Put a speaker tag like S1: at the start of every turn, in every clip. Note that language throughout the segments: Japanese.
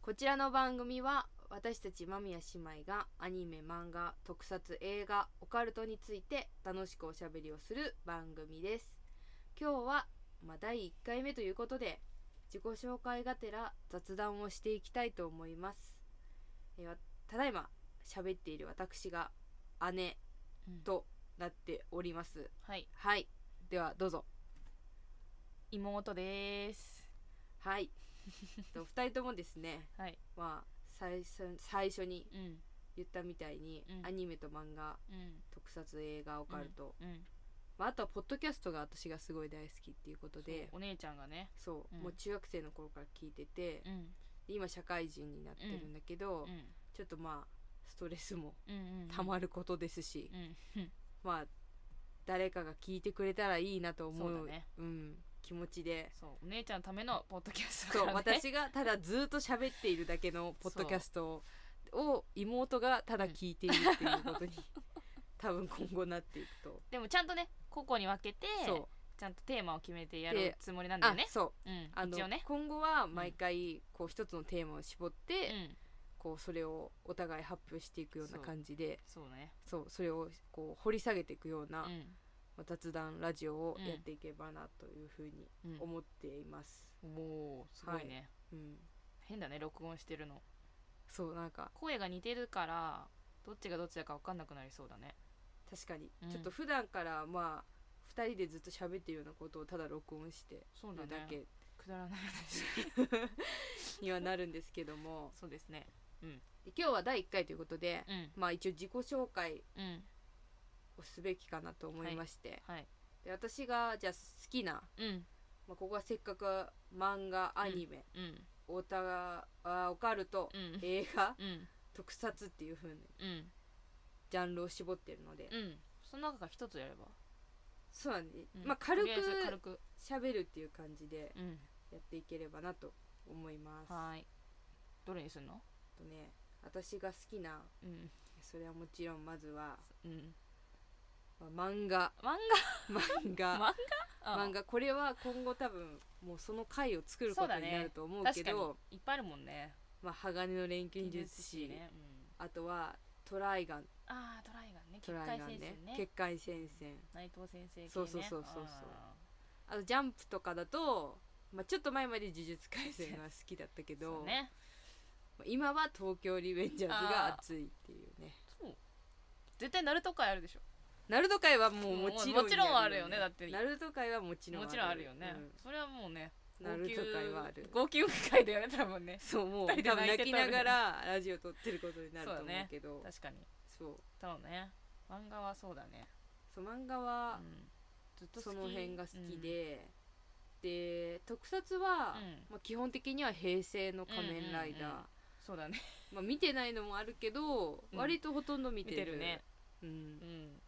S1: こちらの番組は私たち間宮姉妹がアニメ漫画特撮映画オカルトについて楽しくおしゃべりをする番組です今日は、まあ、第1回目ということで自己紹介がてら雑談をしていきたいと思いますえーわただいま喋っている私が姉となっております、
S2: はい
S1: はいではどうぞ
S2: 妹です
S1: はいと二人ともですね
S2: はい
S1: まあ最初最初に
S2: うん
S1: 言ったみたいに、
S2: うん
S1: アニメと漫画
S2: うん
S1: 特撮映画オカルト、
S2: うん
S1: まあ、あとはポッドキャストが私がすごい大好きっていうこと
S2: で
S1: で
S2: お姉ちゃんがね
S1: そう
S2: うん
S1: もう中学生の頃から聞いてて、で
S2: うん
S1: 今社会人になってるんだけど、
S2: うん
S1: ちょっとまあストレスも
S2: うんうん
S1: たまることですし、
S2: うんうん
S1: まあ誰かが聞いてくれたらいいなと思う
S2: そうだね
S1: ん、気持ちで。
S2: そうお姉ちゃんのためのポッドキャスト
S1: そう
S2: からね
S1: 私がただずっと喋っているだけのポッドキャストを妹がただ聞いているっていう ことに、多分今後なっていくと。
S2: でもちゃんとね個々に分けて
S1: そう
S2: ちゃんとテーマを決めてやる
S1: で
S2: つもりなんだよ
S1: あ
S2: ね
S1: そう
S2: うん
S1: あの、
S2: 一応ね
S1: 今後は毎回こう一つのテーマを絞っ
S2: う
S1: て、
S2: ん
S1: こうそれをお互い発表していくような感じで
S2: そうね
S1: そうそれをこう掘り下げていくよう
S2: う
S1: な、
S2: ん
S1: まあ雑談ラジオをやっていけばなというふうに
S2: うん
S1: 思っています。
S2: おーすごいね
S1: うん、
S2: 変だね録音してるの
S1: そうなんか
S2: 声が似てるからどっちがどっちだか分かんなくなりそうだね
S1: 確かに、
S2: うん
S1: ちょっと普段からまあ2人でずっと喋ってるようなことをただ録音して
S2: そうだ
S1: る
S2: ね
S1: だけ
S2: くだらない話
S1: にはなるんですけども、
S2: そうですね
S1: で今日は第1回ということで、
S2: うん
S1: まあ一応自己紹介
S2: うん
S1: をすべきかなと思いまして、
S2: はい
S1: で私がじゃあ好きな、
S2: うん
S1: まあ、ここはせっかく漫画アニメ、
S2: うん
S1: オタがあオカルト、
S2: うん
S1: 映画
S2: うん
S1: 特撮っていう風に
S2: うん
S1: ジャンルを絞ってるので、
S2: うんその中から一つやれば、
S1: そうなんで、
S2: うん
S1: まあ軽く
S2: とりあえず軽く
S1: 喋るっていう感じで
S2: うん
S1: やっていければなと思います。
S2: はーいどれにするの
S1: あとね私が好きな
S2: うん
S1: それはもちろんまずは、
S2: うん
S1: まあ漫画
S2: 漫
S1: 漫
S2: 画
S1: 画
S2: 漫画
S1: 漫画これは今後多分もうその回を作る
S2: そ
S1: こ
S2: う
S1: と
S2: だ
S1: に
S2: ね
S1: なると思うけ
S2: 確か
S1: ど、
S2: にいっぱいあるもんね
S1: まあ、鋼の錬金術師、
S2: ね、
S1: あとはトライガン
S2: うん、ああトライガンね
S1: ト
S2: 結
S1: ライ
S2: 界
S1: ガン
S2: 戦
S1: ね
S2: 線ね
S1: 結界戦線
S2: 内藤先生系、ね、
S1: そうそうそうそうそう
S2: あ
S1: あとジャンプとかだと、まあ、ちょっと前まで呪術廻戦が好きだったけ
S2: ー
S1: ど
S2: そうね
S1: まあ今は東京リベンジャーズが熱いっていうね
S2: そう絶対ナルト界あるでしょ
S1: ナルト界はもうもちろん
S2: もちろんあるよねだって
S1: ナルト界はもちろん
S2: もちろんあるよね、
S1: うん
S2: それはもうね
S1: ナルト界はある
S2: 号泣号泣会だよね多分ね
S1: そうもう
S2: 二人で
S1: 多分
S2: 泣い
S1: 泣
S2: て
S1: き
S2: た
S1: な
S2: よね
S1: がらラジオ撮ってることになると思
S2: そううだね
S1: けど
S2: 確かに
S1: そう
S2: そうね漫画はそうだね
S1: そう漫画は
S2: うんずっと好
S1: そ
S2: き
S1: の辺が好き、で、で特撮は、
S2: うん
S1: まあ、基本的には平成の仮面ライダー、
S2: うんうんうんうんそうだね
S1: まあ、見てないのもあるけど、
S2: うん
S1: 割とほとんど見
S2: 見
S1: て
S2: て
S1: る
S2: るね
S1: うん
S2: う、ん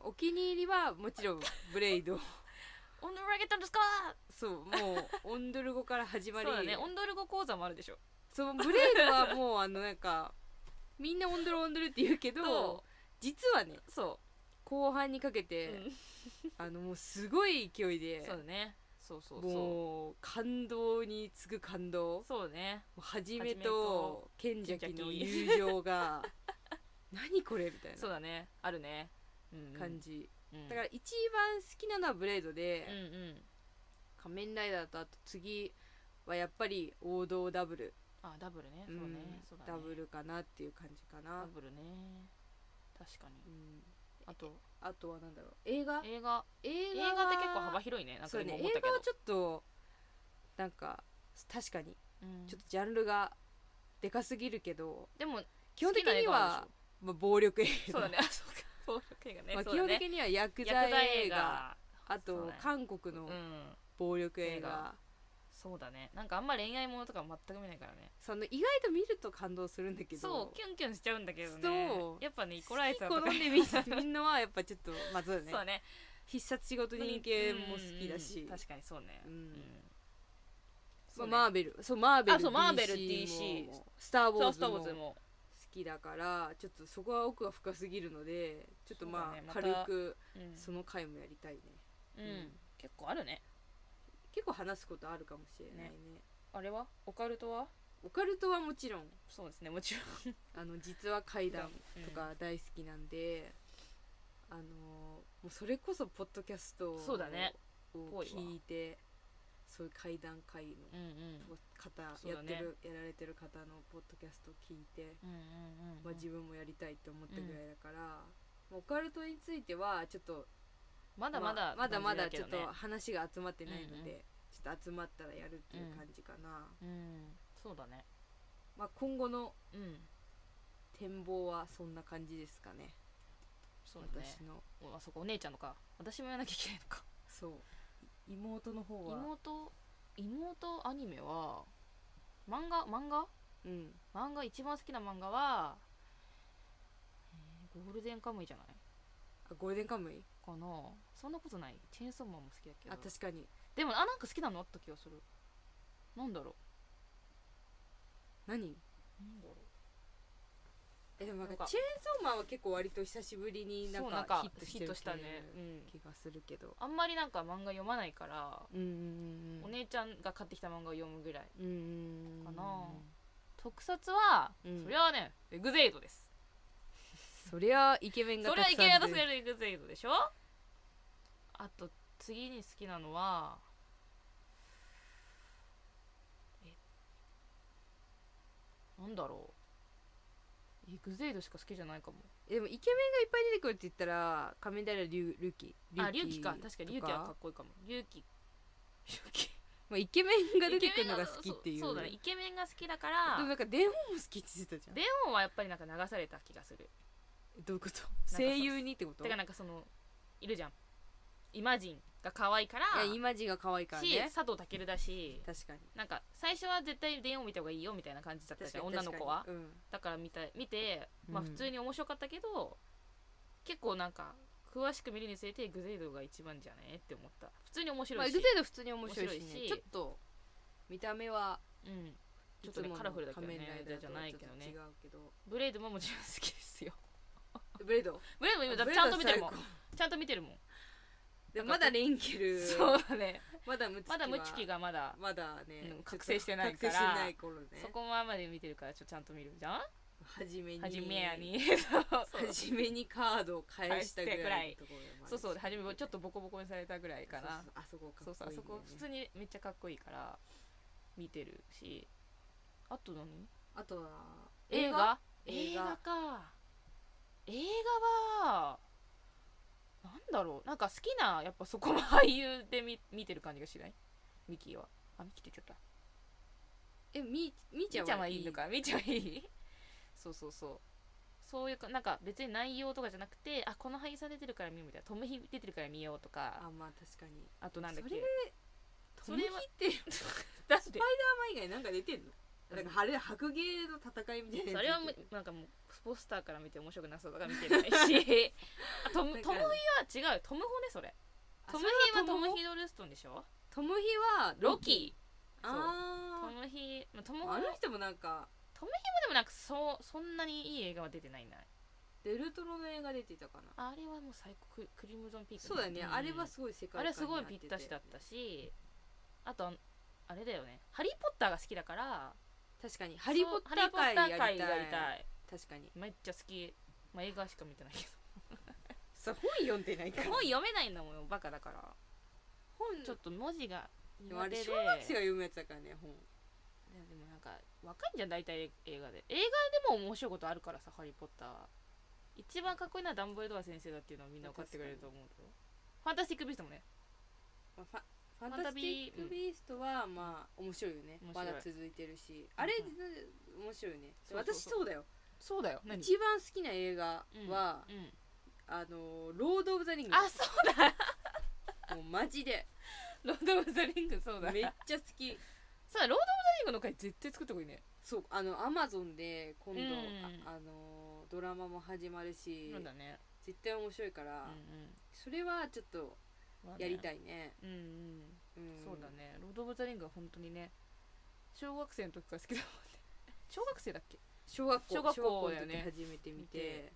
S1: お気に入りはも ちろんブレイド
S2: 「オンドルラゲットのスカー!
S1: そうもうオンドル語から」始ま
S2: そう
S1: り
S2: だねオンドル語講座もあるでしょ
S1: そうブレイドはもうあのなんかみんなオンドルオンドルって言うけど
S2: そ
S1: 実はね
S2: そ
S1: 後半にかけ
S2: う、
S1: て、
S2: うん
S1: あのもうすごい勢いで
S2: そうだねそうそうそ
S1: もう感動に次ぐ感動
S2: うそうね
S1: もうはじ
S2: は
S1: め
S2: じめと
S1: と賢者の友情 が何これみたい
S2: そう
S1: な
S2: だねあるね、うんうん、
S1: 感、じ、
S2: うん、
S1: だから一番好きなのはブレードで、
S2: うんうん
S1: 仮面ライダーとあと次はやっぱり王道ダブル
S2: あダブルね
S1: う
S2: そ
S1: ん
S2: うねそうだね
S1: ダブルかなっていう感じかな
S2: ダ、ブルね確かに
S1: うん、
S2: あと
S1: あとはなんだろう映画
S2: 映画
S1: 映
S2: 映
S1: は
S2: 画って結構幅広いねなん
S1: そ
S2: か
S1: う
S2: 今
S1: ね
S2: 思った
S1: 映
S2: け
S1: 画
S2: ど
S1: はちょっとなんか確かに
S2: うん
S1: ちょっとジャンルがでかすぎるけど
S2: でも
S1: 基本的には、まあ、暴力映画
S2: そうだね、あ、 そうか。暴力映画ね。
S1: まあ、
S2: そう
S1: 基
S2: だ
S1: 本
S2: ね
S1: 的には薬
S2: 薬剤
S1: 剤映
S2: 映
S1: 画
S2: 画。
S1: あ
S2: そう
S1: と
S2: ね
S1: 韓国
S2: う
S1: の
S2: ん。
S1: 暴力映
S2: 映
S1: 画
S2: 画そうだね。なんかあんま恋愛ものとか全く見ないからね。
S1: その意外と見ると感動するんだけど
S2: そう、キュンキュンしちゃうんだけど
S1: そ
S2: ね。
S1: う
S2: やっぱね、イコライザー
S1: 好き
S2: とか
S1: 好ん。で見るみんなはやっぱちょっとまあそうだね
S2: そうだね。
S1: 必殺仕事人系も好きだし
S2: うん確かにそうね。
S1: うん
S2: そうね
S1: まあ、マーベルそうマーベル
S2: あそうマーベル
S1: DC も
S2: DC
S1: スター・ウォ
S2: そ
S1: ー
S2: う、スター・ウォー
S1: ズ
S2: ズ
S1: も
S2: も。
S1: 好きだからちょっとそこは奥が深すぎるのでちょっとまあ、
S2: そうだねまた
S1: 軽く
S2: うん
S1: その回もやりたいね
S2: う
S1: うん
S2: ん。結構あるね。
S1: 結構話すことあるかもしれないね
S2: あれはオカルトは
S1: オカルトはもちろん
S2: そうですねもちろん
S1: あの実は怪 談
S2: うん
S1: とか大好きなんで、あのもうそれこそポッドキャストを
S2: そうだね
S1: を
S2: ぽいわ
S1: 聞いてそういう怪談会の
S2: うんうん
S1: 方、
S2: そう
S1: や
S2: だ
S1: っ
S2: ね
S1: てるやられてる方のポッドキャストを聞いて、
S2: うんうんうん
S1: まあ、自分もやりたいって思ったぐらいだから、もうオカルトについてはちょっと
S2: まだまだ
S1: まあまだまだ
S2: って
S1: ちょっ
S2: 感じ
S1: と
S2: けどね
S1: 話が集まってないので、
S2: うんうん
S1: ちょっと集まったらやるっていう感じかな、
S2: うんそうだね
S1: まあ、今後の
S2: うん
S1: 展望はそんな感じですかね
S2: そうだね
S1: 私の
S2: おあそこお姉ちゃんのか私もやらなきゃいけないのか
S1: そうい妹の方は
S2: 妹妹アニメは漫画漫画
S1: うん
S2: 漫画一番好きな漫画は、えーゴールデンカムイじゃない
S1: あゴールデンカムイ
S2: かなそんなことないチェーンソーマンも好きだけど
S1: あ確かに
S2: でもあなんか好きなのあった気がするなんだろ
S1: 何
S2: うなんだろう
S1: えでもなん
S2: なん
S1: か
S2: か
S1: チェーンソーマンは結構割と久しぶりにな
S2: そ
S1: ん
S2: うなん
S1: か
S2: か
S1: ヒットしてる
S2: したね
S1: 系
S2: うん
S1: 気がするけど
S2: あんまりなんか漫画読まないから、
S1: うんうんうん
S2: お姉ちゃんが買ってきた漫画を読むぐらい
S1: うんうんうん
S2: かな特撮は、
S1: うん
S2: それはねエグゼイドです
S1: そりゃイケメンが
S2: そ
S1: た
S2: れ
S1: く
S2: は
S1: さん
S2: イケメンが出せるエグゼイドでしょあと次に好きなのはえなんだろうエグゼイドしか好きじゃないかも
S1: でもイケメンがいっぱい出てくるって言ったら仮面ライダーリュウルキ
S2: あリュウキか確かにリュウ
S1: と
S2: キはかっこいいかもリュウキリュウキ
S1: まあ、イケメンが出てくるのが好きっていう
S2: そうそうだねイケメンが好きだか
S1: でも
S2: ら
S1: なんか電話も好きって言ってたじゃん
S2: デオンはやっぱりなんか流された気がする
S1: どういうこと
S2: そう
S1: 声優にってこと
S2: てかなんかそのいるじゃんイマジンが可愛いから
S1: いやイマジンが可愛いから
S2: し
S1: ね
S2: 佐藤健だし
S1: 確かに
S2: なんか最初は絶対電話見た方がいいよみたいな感じだった
S1: 確
S2: じ
S1: か
S2: ゃん
S1: に
S2: 女の子は
S1: 確かにうん
S2: だから見た見て、まあ、
S1: うん
S2: 普通に面白かったけど、結構なんか詳しく見るにつれてエグゼイドが一番じゃねって思った普通に面白
S1: まあ、
S2: い
S1: エ
S2: し、
S1: グゼイド普通に面白いし,、ね、
S2: 面白いし
S1: ちょっと見た目は
S2: うん、ちょっと
S1: いつ
S2: ね
S1: もの
S2: カラフルだけどね
S1: 仮面ライダーと
S2: じゃないけどね
S1: ちょっと違うけど
S2: ブレイドももちろん好きで すよ
S1: ブレード
S2: ブレイドも今だってちゃんと見てるもん ちゃんと見てるもん
S1: でまだレンケル
S2: そうだね
S1: まだムツキは
S2: まだムチキがまだ、
S1: まだね、
S2: うん覚醒してないから
S1: ちょっと覚醒してない頃ね
S2: そこまで見てるからちょっとちゃんと見るじゃん
S1: 初めに
S2: 初めやにそうそう
S1: 初めにカードを返したぐらいのところでもあるし
S2: そうそう初めちょっとボコボコにされたぐらいか
S1: そ
S2: な
S1: うそうあそこかっこいい、ね、
S2: そうそうあそこ普通にめっちゃかっこいいから見てるしあと何
S1: あとは
S2: 映画
S1: 映画
S2: 映画か映画はなんだろうなんか好きなやっぱそこの俳優で見見てる感じがしないミキはあミキって言っちゃった
S1: えみみー
S2: み
S1: ち
S2: ー
S1: ゃん
S2: ちゃんはいいのかみーちゃんはいいそうそうそうそういうかなんか別に内容とかじゃなくてあこの俳優さん出てるから見ようみたいなトム・ヒ出てるから見ようとか
S1: あまあ確かに
S2: あとなんだっけ
S1: そ れ
S2: それは
S1: トムヒって
S2: だって
S1: 以外なんか出てんのなんかあれ白芸の戦いみ たいな
S2: それは
S1: も
S2: むなんかもうポスターから見て面白くなさそうだから見てない しあトム
S1: なんか
S2: トムヒは違うトムホねそれトムヒはトムヒドルストンでしょ
S1: トムヒは
S2: ロキそうト
S1: あ
S2: ムヒ、まあ、ト
S1: ー
S2: ムホ
S1: あ
S2: もで
S1: の人もなんか
S2: もなんかそうそんなにいい映画は出てないな
S1: デルトロの映画出てたかな
S2: あれはもう最高ククリムゾンピーク
S1: そうだね、
S2: ん
S1: あれはすごい世界観
S2: あれ
S1: に
S2: はすごいぴったしだったしあとあのあれだよね「ハリー・ポッター」が好きだから
S1: 確かにハリー・ポッター
S2: そうハ
S1: 会
S2: リーポ
S1: や
S2: ッ
S1: り
S2: ター
S1: た
S2: 会
S1: い
S2: やりたい
S1: 確かに
S2: めっちゃ好き、まあ、映画しか見てないけ
S1: さ本読んでないか
S2: ど
S1: ら
S2: 本読めないんだもんバカだから
S1: 本
S2: ちょっと文字が
S1: でもあ
S2: 苦手
S1: れ
S2: で
S1: 小学生が読むやつだからね本
S2: いやでもなんか若いんじゃん大体映画で映画でも面白いことあるからさ「ハリー・ポッター」は一番かっこいいのはダンブルドア先生だっていうのはみんな分かってくれると思うけどファンタスティック・ビーストもね
S1: まあファフ
S2: ァ
S1: ァン
S2: ン
S1: タ
S2: タ
S1: スティ
S2: ビ
S1: ック・ビーストはまあ面白いよね
S2: 面
S1: ま
S2: 白い
S1: だ続いてるしあれ、
S2: うん
S1: 面白いよね
S2: そうそうそう
S1: 私そうだよ
S2: そうだよ何
S1: 一番好きな映画は、
S2: うん
S1: あのロード・オブ・ザ・リング
S2: あそうだ
S1: もうマジで
S2: ロード・オブ・ザ・リングそうだ
S1: めっちゃ好き
S2: そうだロード・オブ・ザ・リングの回絶対作ってこいいね
S1: そうあのアマゾンで今度、
S2: うん
S1: ああのドラマも始まるし
S2: そうだね
S1: 絶対面白いから、
S2: うん
S1: それはちょっと
S2: うん
S1: やりた
S2: い
S1: いね
S2: うんうん
S1: うん
S2: そうだねロード・オブ・ザ・リングは本当にね小学生の時から好きだもんね小学生だっけ
S1: 小学校
S2: 小学校
S1: の
S2: だよ
S1: 時
S2: ね
S1: 初めて見て
S2: 見て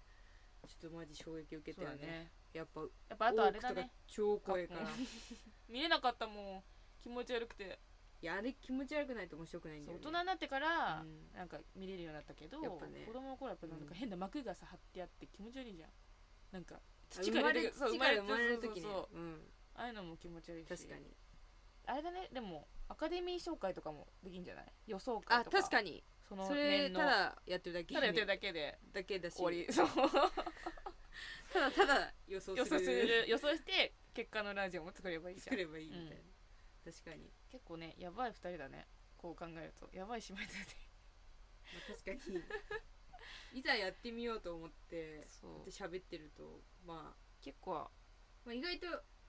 S1: ちょっとマジ衝撃受けたよね
S2: そうだね
S1: やっぱ
S2: やっぱあとあれだ
S1: 多く
S2: ね
S1: とか超怖いから
S2: 学校見れなかったもん気持ち悪くて
S1: いやあれ気持ち悪くないと面白くないんだ
S2: そう
S1: よね
S2: 大人になってか
S1: う
S2: ら、
S1: ん
S2: なんか見れるようになったけど、
S1: やっぱね
S2: 子供の頃はやっぱなんか変な膜がさ張ってあって気持ち悪いじゃんなんか土
S1: 生
S2: か
S1: ま
S2: ら
S1: れ
S2: 出てくるそう
S1: 土から生まれる
S2: そう
S1: 時ね
S2: そう
S1: う
S2: そう
S1: ん
S2: ああいうのも気持ち悪いし
S1: 確かに
S2: あれだねでもアカデミー紹介とかもできんじゃない予想会
S1: あ
S2: とか
S1: 確かに
S2: その
S1: それ
S2: 年の
S1: ただやってるだけ
S2: ただやってるだけで
S1: だけだし
S2: 終わ りそう
S1: ただただ予想
S2: 予
S1: する
S2: 想する予想して結果のラジオも作ればいいじゃ
S1: 作
S2: ん
S1: ればいいみたいな、確かに、
S2: 結構ねやばい二人だねこう考えるとやばい姉妹だね
S1: まあ、確か にいざやってみようと思って
S2: そ
S1: こ
S2: う
S1: うやって喋ってると、まあ、
S2: 結構
S1: まあ意外と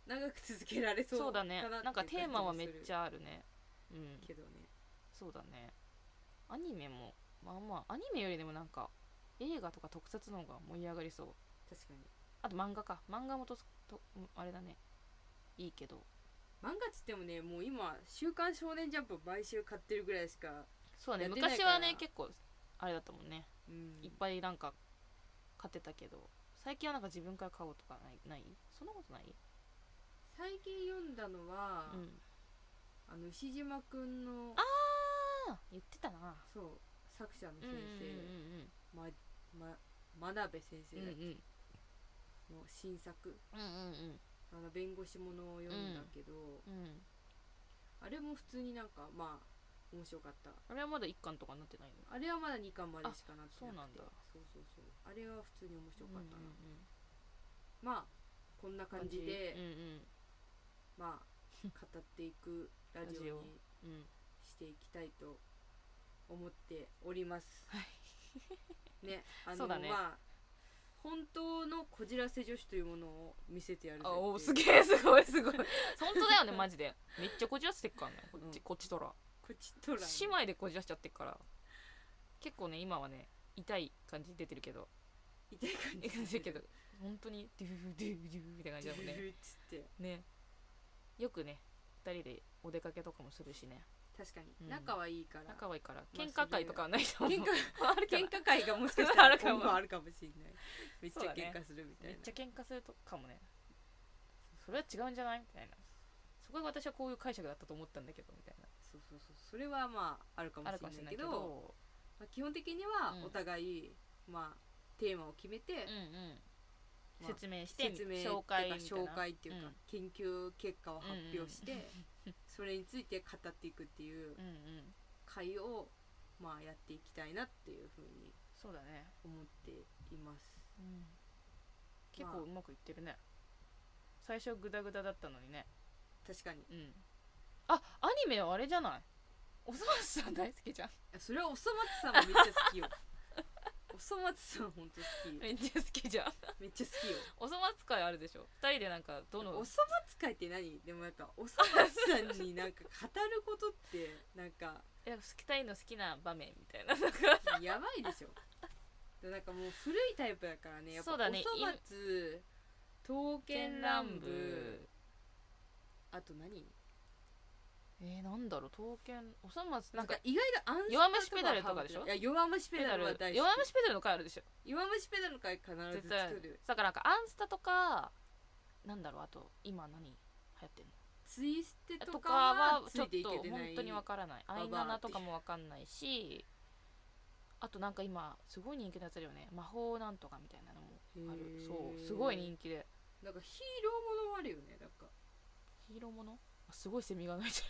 S1: 長く続けられそう
S2: そうだね
S1: かなって
S2: なんかテーマはめっち
S1: ゃ
S2: ゃあるねうん
S1: けどね
S2: そうだねアニメもまあまあアニメよりでもなんか映画とか特撮の方が盛り上がりそう
S1: 確かに
S2: あと漫画か漫画もととうんあれだねいいけど
S1: 漫画っつってもねもう今「週刊少年ジャンプ」毎週買ってるぐらいしか、
S2: そうだね
S1: やってない
S2: 昔は
S1: か
S2: ね
S1: ら
S2: 結構あれだったもんね、
S1: うん
S2: いっぱいなんか買ってたけど最近はなんか自分から買おうとかないないそんなことない
S1: 最近読んだのは、
S2: うん
S1: あの牛島くんの
S2: ああ言ってたな
S1: そう作者の
S2: うん
S1: 先
S2: うんうん
S1: 生、まま、真鍋先生
S2: うんうんうん
S1: の新作、
S2: うんうん
S1: あの弁護士ものを読んだけど、
S2: うんうん
S1: あれも普通になんかまあ面白かった
S2: あれはまだ一巻とかになってないの
S1: あれはまだ2巻までしかなって
S2: あそう
S1: な
S2: な
S1: く
S2: ん
S1: て
S2: だ
S1: そうそうそうあれは普通に面白かったな、
S2: うんうんうん
S1: まあこんな感じで、
S2: う
S1: まあ語っていくラジオに
S2: ラジんうんうん
S1: していきたいと思っております
S2: は
S1: ねあの
S2: そうだね
S1: まあ本当のこじらせ女子というものを見せてやる
S2: あおーす
S1: え
S2: げえすごいすごい 本当だよねマジでめっちゃこじらせてっからねこっち、
S1: うん
S2: こっちとら
S1: こっちとらね
S2: 姉妹でこじらしちゃってっから結構ね今はね痛い感じ出てるけど
S1: 痛い感
S2: 痛
S1: じ
S2: いけど本当にドゥフドゥフドゥフって感じだもん
S1: ドゥ
S2: ね
S1: ルルっ つって
S2: ねよくね二人でお出かけとかもするしね
S1: 確かに、
S2: うん
S1: 仲はいいから
S2: 仲はいいから
S1: まあ
S2: 喧嘩会とかはないと思う
S1: 喧嘩
S2: あるかな
S1: 喧嘩会がもしかした
S2: あ
S1: ら
S2: るかも
S1: 今後あるかもしれないめっち
S2: そう
S1: ゃ
S2: だね
S1: 喧嘩するみたい
S2: め
S1: な、
S2: っちゃ喧嘩するとかもねそれは違うんじゃないみたいなそこが私はこういう解釈だったと思ったんだけどみたいな
S1: そうそうそうそれはまああるかも
S2: ある
S1: し
S2: かもし
S1: れ
S2: れ
S1: な
S2: ないい
S1: けど
S2: けど
S1: まあ、基本的には
S2: うん
S1: お互い、まあ、テーマを決めて、
S2: うんうん
S1: まあ
S2: 説明して
S1: 説明っていう
S2: 紹
S1: か
S2: 介みたいな
S1: 紹介っていうか、
S2: うん
S1: 研究結果を発表して、それについて語っていくっていう
S2: うんうん
S1: 会を、まあ、やっていきたいなっていうふうに
S2: そうだね、
S1: 思っています。
S2: 結構うまくいってるね最初グダグダだったのにね
S1: 確かに
S2: うんあアニメはあれじゃないおそ松さん大好きじゃん
S1: あそれはおそ松さんもめっちゃ好きよおそ松さん本当好き
S2: めっちゃ好きじゃん
S1: めっちゃ好きよ
S2: おそ松会あるでしょ二人でなんかどの
S1: おそ松会って何でもなんかおそ松さんになんか語ることってなんか
S2: いや二人の好きな場面みたい な
S1: やばいでしょでなんかもう古いタイプだからねやっぱ
S2: そうだね
S1: おそ松刀剣乱舞あと何
S2: えー、なんだろう刀剣おそ松
S1: な
S2: な
S1: んん
S2: か
S1: か意外と安
S2: 弱虫ペダルとかでしょ
S1: いや弱虫ペ
S2: ペダ
S1: ダ
S2: ル
S1: ルは大好
S2: 弱
S1: き
S2: 虫ペダルの回あるでしょ
S1: 弱虫ペダルの回必
S2: 絶
S1: ず
S2: 対あ
S1: 作
S2: る
S1: る
S2: だからなんかアンスタとかなんだろうあと今何流行ってんの
S1: ツイステと
S2: と
S1: か
S2: かは
S1: はつ
S2: ちょ
S1: い
S2: って
S1: い
S2: と
S1: け
S2: 本
S1: てない
S2: 当にわからないアイナナとかもわかんないしあとなんか今すごい人気のやつだよね魔法なんとかみたいなのもあ
S1: へ
S2: る
S1: ー
S2: そうすごい人気で
S1: なんかヒーローものもあるよねなんか
S2: ヒーローものあすごいセミが鳴いて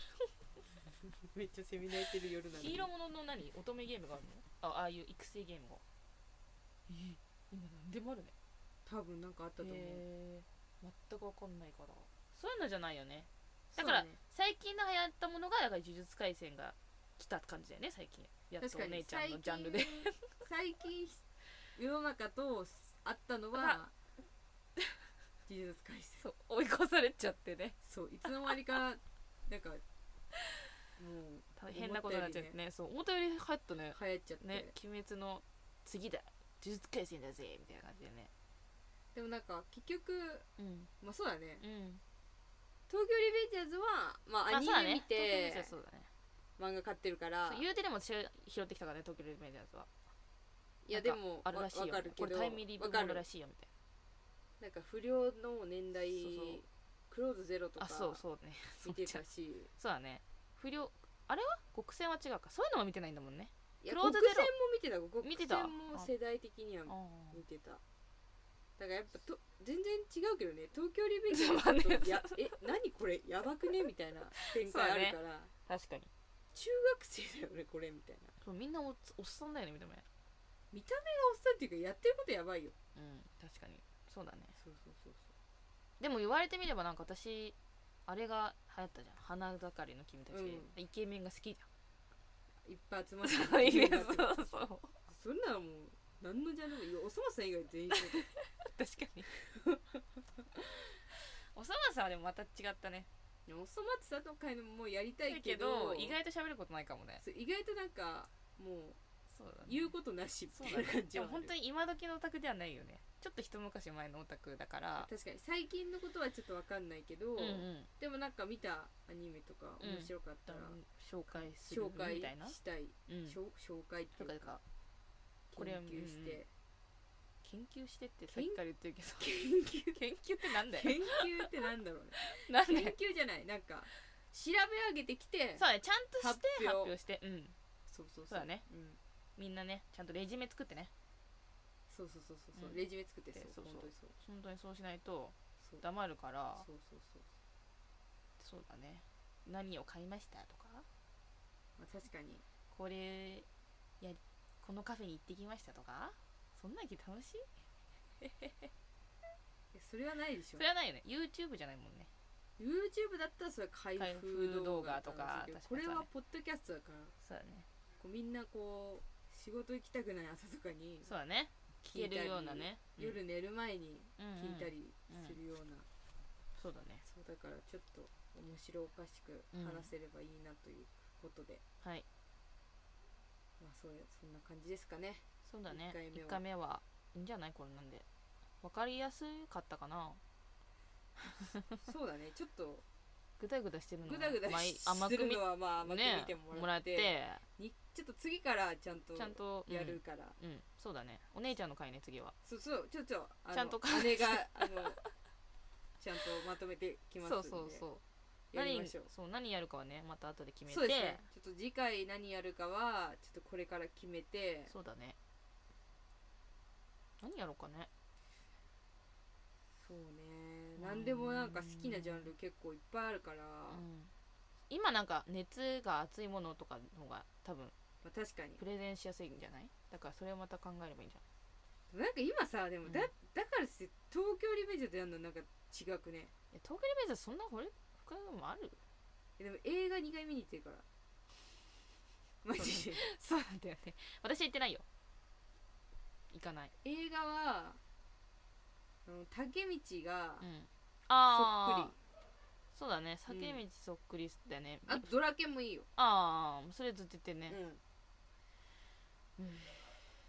S1: めっちゃセミ鳴いてる夜な
S2: る
S1: の
S2: ヒーローものの何乙女ゲームがあるのあああいう育成ゲームがえー、今何でもあるね
S1: 多分なんかあったと思う、
S2: へー全くわかんないからそういうのじゃないよねだから
S1: そうね
S2: 最近の流行ったものがだから呪術廻戦が来た感じだよね最近やっと
S1: 確
S2: お
S1: かに
S2: 姉ちゃんのジャンルで
S1: 最近最近世の中とあったのは
S2: あ
S1: 呪術廻戦
S2: そう 追い越されちゃってね
S1: そういつの間にか なんかもう
S2: 大変なことになっちゃってねそう思ったより流行ったね
S1: 流行っちゃって、
S2: ね鬼滅の次だ呪術廻戦だぜみたいな感じでね
S1: でもなんか結局
S2: うん
S1: まあそうだね
S2: うん
S1: 東京リベンジャーズはまあアニメ見て
S2: そうだね
S1: 漫画買ってるから
S2: そう言うてでも拾拾ってきたからね東京リベンジャーズはい
S1: やでも
S2: あるらしいよ
S1: わわかるけ
S2: これ
S1: ど
S2: タイムリー
S1: わ
S2: プ
S1: か
S2: もの
S1: る
S2: らしいよみたい
S1: なんか不良の年代
S2: そうそう
S1: クローズゼロと
S2: な
S1: か
S2: あそうそうねそ
S1: 見
S2: う
S1: て
S2: ちゃ
S1: た
S2: う
S1: し
S2: そうだね不良あれは極戦は違うかそういうのも見てないんだもんね
S1: いや
S2: クロー
S1: 国
S2: ズ
S1: 戦
S2: ゼ
S1: も
S2: ロ
S1: 見てた国
S2: 見てた
S1: 戦も世代的には
S2: あ
S1: 見てただからやっぱと全然違うけどね東京リベン
S2: そうまあね
S1: ジャーズとやえ何これやばくねみたいな展開あるから、
S2: あ確かに
S1: 中学生だよねこれみたいな
S2: そうみんなおっおっさんだよね見た目
S1: 見た目がおっさんっていうかやってることやばいよ
S2: うん確かにそうだね
S1: そうそうそうそう
S2: でも言われてみればなんか私あれが流行ったじゃん花盛りの君たち、
S1: うん
S2: イケメンが好きじ
S1: いっぱい集まって
S2: ゃんいや
S1: そ
S2: そうそう確か
S1: んなのもう何のジャンルもいやおそ松さん以外全員
S2: に おそ松さんはでもまた違ったね
S1: いやおそ松さんの会のもやりた
S2: だ
S1: いけ
S2: け
S1: ど
S2: ど意外と喋ることないかもね
S1: そう意外となんかもう
S2: そうだね
S1: 言うことなし
S2: そ
S1: み
S2: う
S1: た
S2: だ
S1: いな
S2: ね
S1: 感じ
S2: で
S1: は
S2: も
S1: ある
S2: 本当に今時のオタクではないよねちょっと一昔前のオタクだから
S1: 確かに最近のことはちょっとわかんないけど、
S2: うんうん
S1: でもなんか見たアニメとか
S2: うん
S1: 面白かったら、
S2: 紹介する
S1: 紹介
S2: みたいな
S1: したい、
S2: うん
S1: しょ紹介って
S2: と
S1: い
S2: か
S1: う
S2: と
S1: か
S2: かこれ
S1: 研究して、
S2: 研究してってさっきから言ってるけど
S1: 研究
S2: 研究って なんだよ
S1: 研究ってなんだろうね
S2: なん だ
S1: 研
S2: よ
S1: 究じゃないなんか調べ上げてきて
S2: そうだねちゃんとして
S1: 発表
S2: 発表してうん
S1: そうそうそう
S2: そうだね、
S1: ん、
S2: みんなねちゃんとレジュメ作ってね
S1: そうそうそうそうそう、
S2: うん
S1: レジュメ作ってそう
S2: そうそう
S1: 本当にそう
S2: 本当にそうしないと
S1: そう
S2: 黙るから
S1: そうそうそう、
S2: そうだね何を買いましたとか
S1: まあ、確かに
S2: これやこのカフェに行ってきましたとかそんなき楽しい
S1: えそれはないでしょ
S2: それはないよね YouTube じゃないもんね
S1: YouTube だったらそれは開
S2: 開
S1: 封
S2: 封動
S1: 動
S2: 画
S1: 画
S2: と
S1: と
S2: か
S1: か
S2: 確か
S1: こ
S2: に
S1: れ
S2: そうだね
S1: はポッドキャストだから
S2: そうだね
S1: こうみんなこう仕事行きたくない朝とかに
S2: そうだね聞けるようなね
S1: 夜寝る前に
S2: うんうんうん
S1: 聞いたりするような、
S2: そうだね
S1: そうだからちょっと面白おかしく
S2: うん
S1: 話せればいいなということで、
S2: はい
S1: まあそうやそんな感じですか ね
S2: そうだね
S1: 一回目は
S2: 1回目はいいんじゃないこれなんで分かりやすかったかな
S1: そうだねちょっと
S2: グダグダしてるのは
S1: グダグダ
S2: まあ甘
S1: す
S2: く
S1: る
S2: 見
S1: のはまあ甘く見
S2: ね
S1: ても
S2: も
S1: ら
S2: ら
S1: っ,、
S2: ってて
S1: にちょっと次からちゃんと
S2: ちゃんと
S1: やるから、
S2: うん、うんそうだねお姉ちゃんの回ね次は
S1: そうそうちょっとあの
S2: ちゃんと
S1: 姉 があのちゃんとまとめてきます
S2: そ
S1: ん
S2: う
S1: で
S2: そうそう
S1: やり
S2: 何
S1: ましょう
S2: そう何やるかはねまた後で決めて
S1: そうですねちょっと次回何やるかはちょっとこれから決めて
S2: そうだね何やろうかね
S1: そうね何でもなんか好きなジャンル結構いっぱいあるから、
S2: うん今なんか熱が熱いものとかの方が多分
S1: まあ、確かに
S2: プレゼンしやすいんじゃないだからそれをまた考えればいいんじゃ
S1: なんか今さでもだ,、
S2: うん
S1: だからして東京リベンジャーとやるのなんか違くね
S2: ないえ東京リベンジャーズそんなこれ深いのもあ る
S1: えでも映画2回見に行ってるからマジで
S2: そうなんだよね私は行ってないよ行かない
S1: 映画はあの竹道が
S2: うん
S1: そっく
S2: ああそうだね
S1: う
S2: 酒
S1: ん
S2: 道そっくりだよね、
S1: り、あとドラケンもいいよ、
S2: ああそれずっと言って
S1: う
S2: ね、
S1: ん、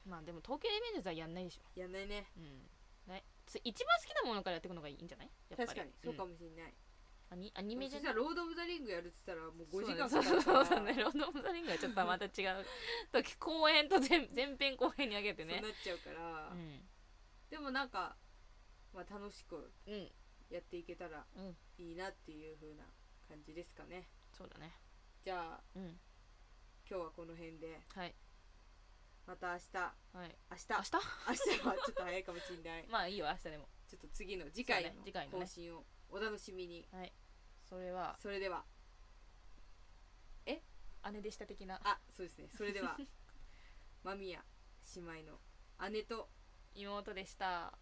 S2: まあでも東京リベンジャーズはやんないでしょ
S1: やんないね
S2: うんねつ一番好きなものからやっていくのがいいんじゃないやっぱり
S1: 確かにそうか
S2: も、
S1: もしれない、
S2: アニアニ
S1: でも
S2: メじ
S1: そ
S2: ゃ
S1: した
S2: ない
S1: らロード・オブ・ザ・リングやるって言ったらもう5時間
S2: そう
S1: かか
S2: だね
S1: るから
S2: そうだねロンドン・オブザ・リングはちょっとまた違う時公演と全 全編公演に分け
S1: そ
S2: て
S1: う
S2: ね
S1: なっちゃうから、でもなんか、まあ、楽しく
S2: うん、うん、
S1: やっていけたら
S2: うん
S1: いいなっていう風な感じですかね
S2: そうだね
S1: じゃあ
S2: うん
S1: 今日はこの辺で
S2: はい
S1: また明日
S2: はい
S1: 明日明
S2: 明日
S1: 日はちょっと早いかもしれ ない
S2: まあいいよ明日でも
S1: ちょっと次の次回
S2: そうね次回の
S1: の
S2: ね
S1: 更新をお楽しみに
S2: はいそれは
S1: それでは
S2: 姉でした的な
S1: あそうですねそれでは 間宮姉妹の姉と
S2: 妹でした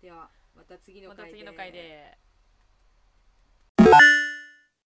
S1: ではまた次の
S2: また
S1: 回で
S2: 次の回で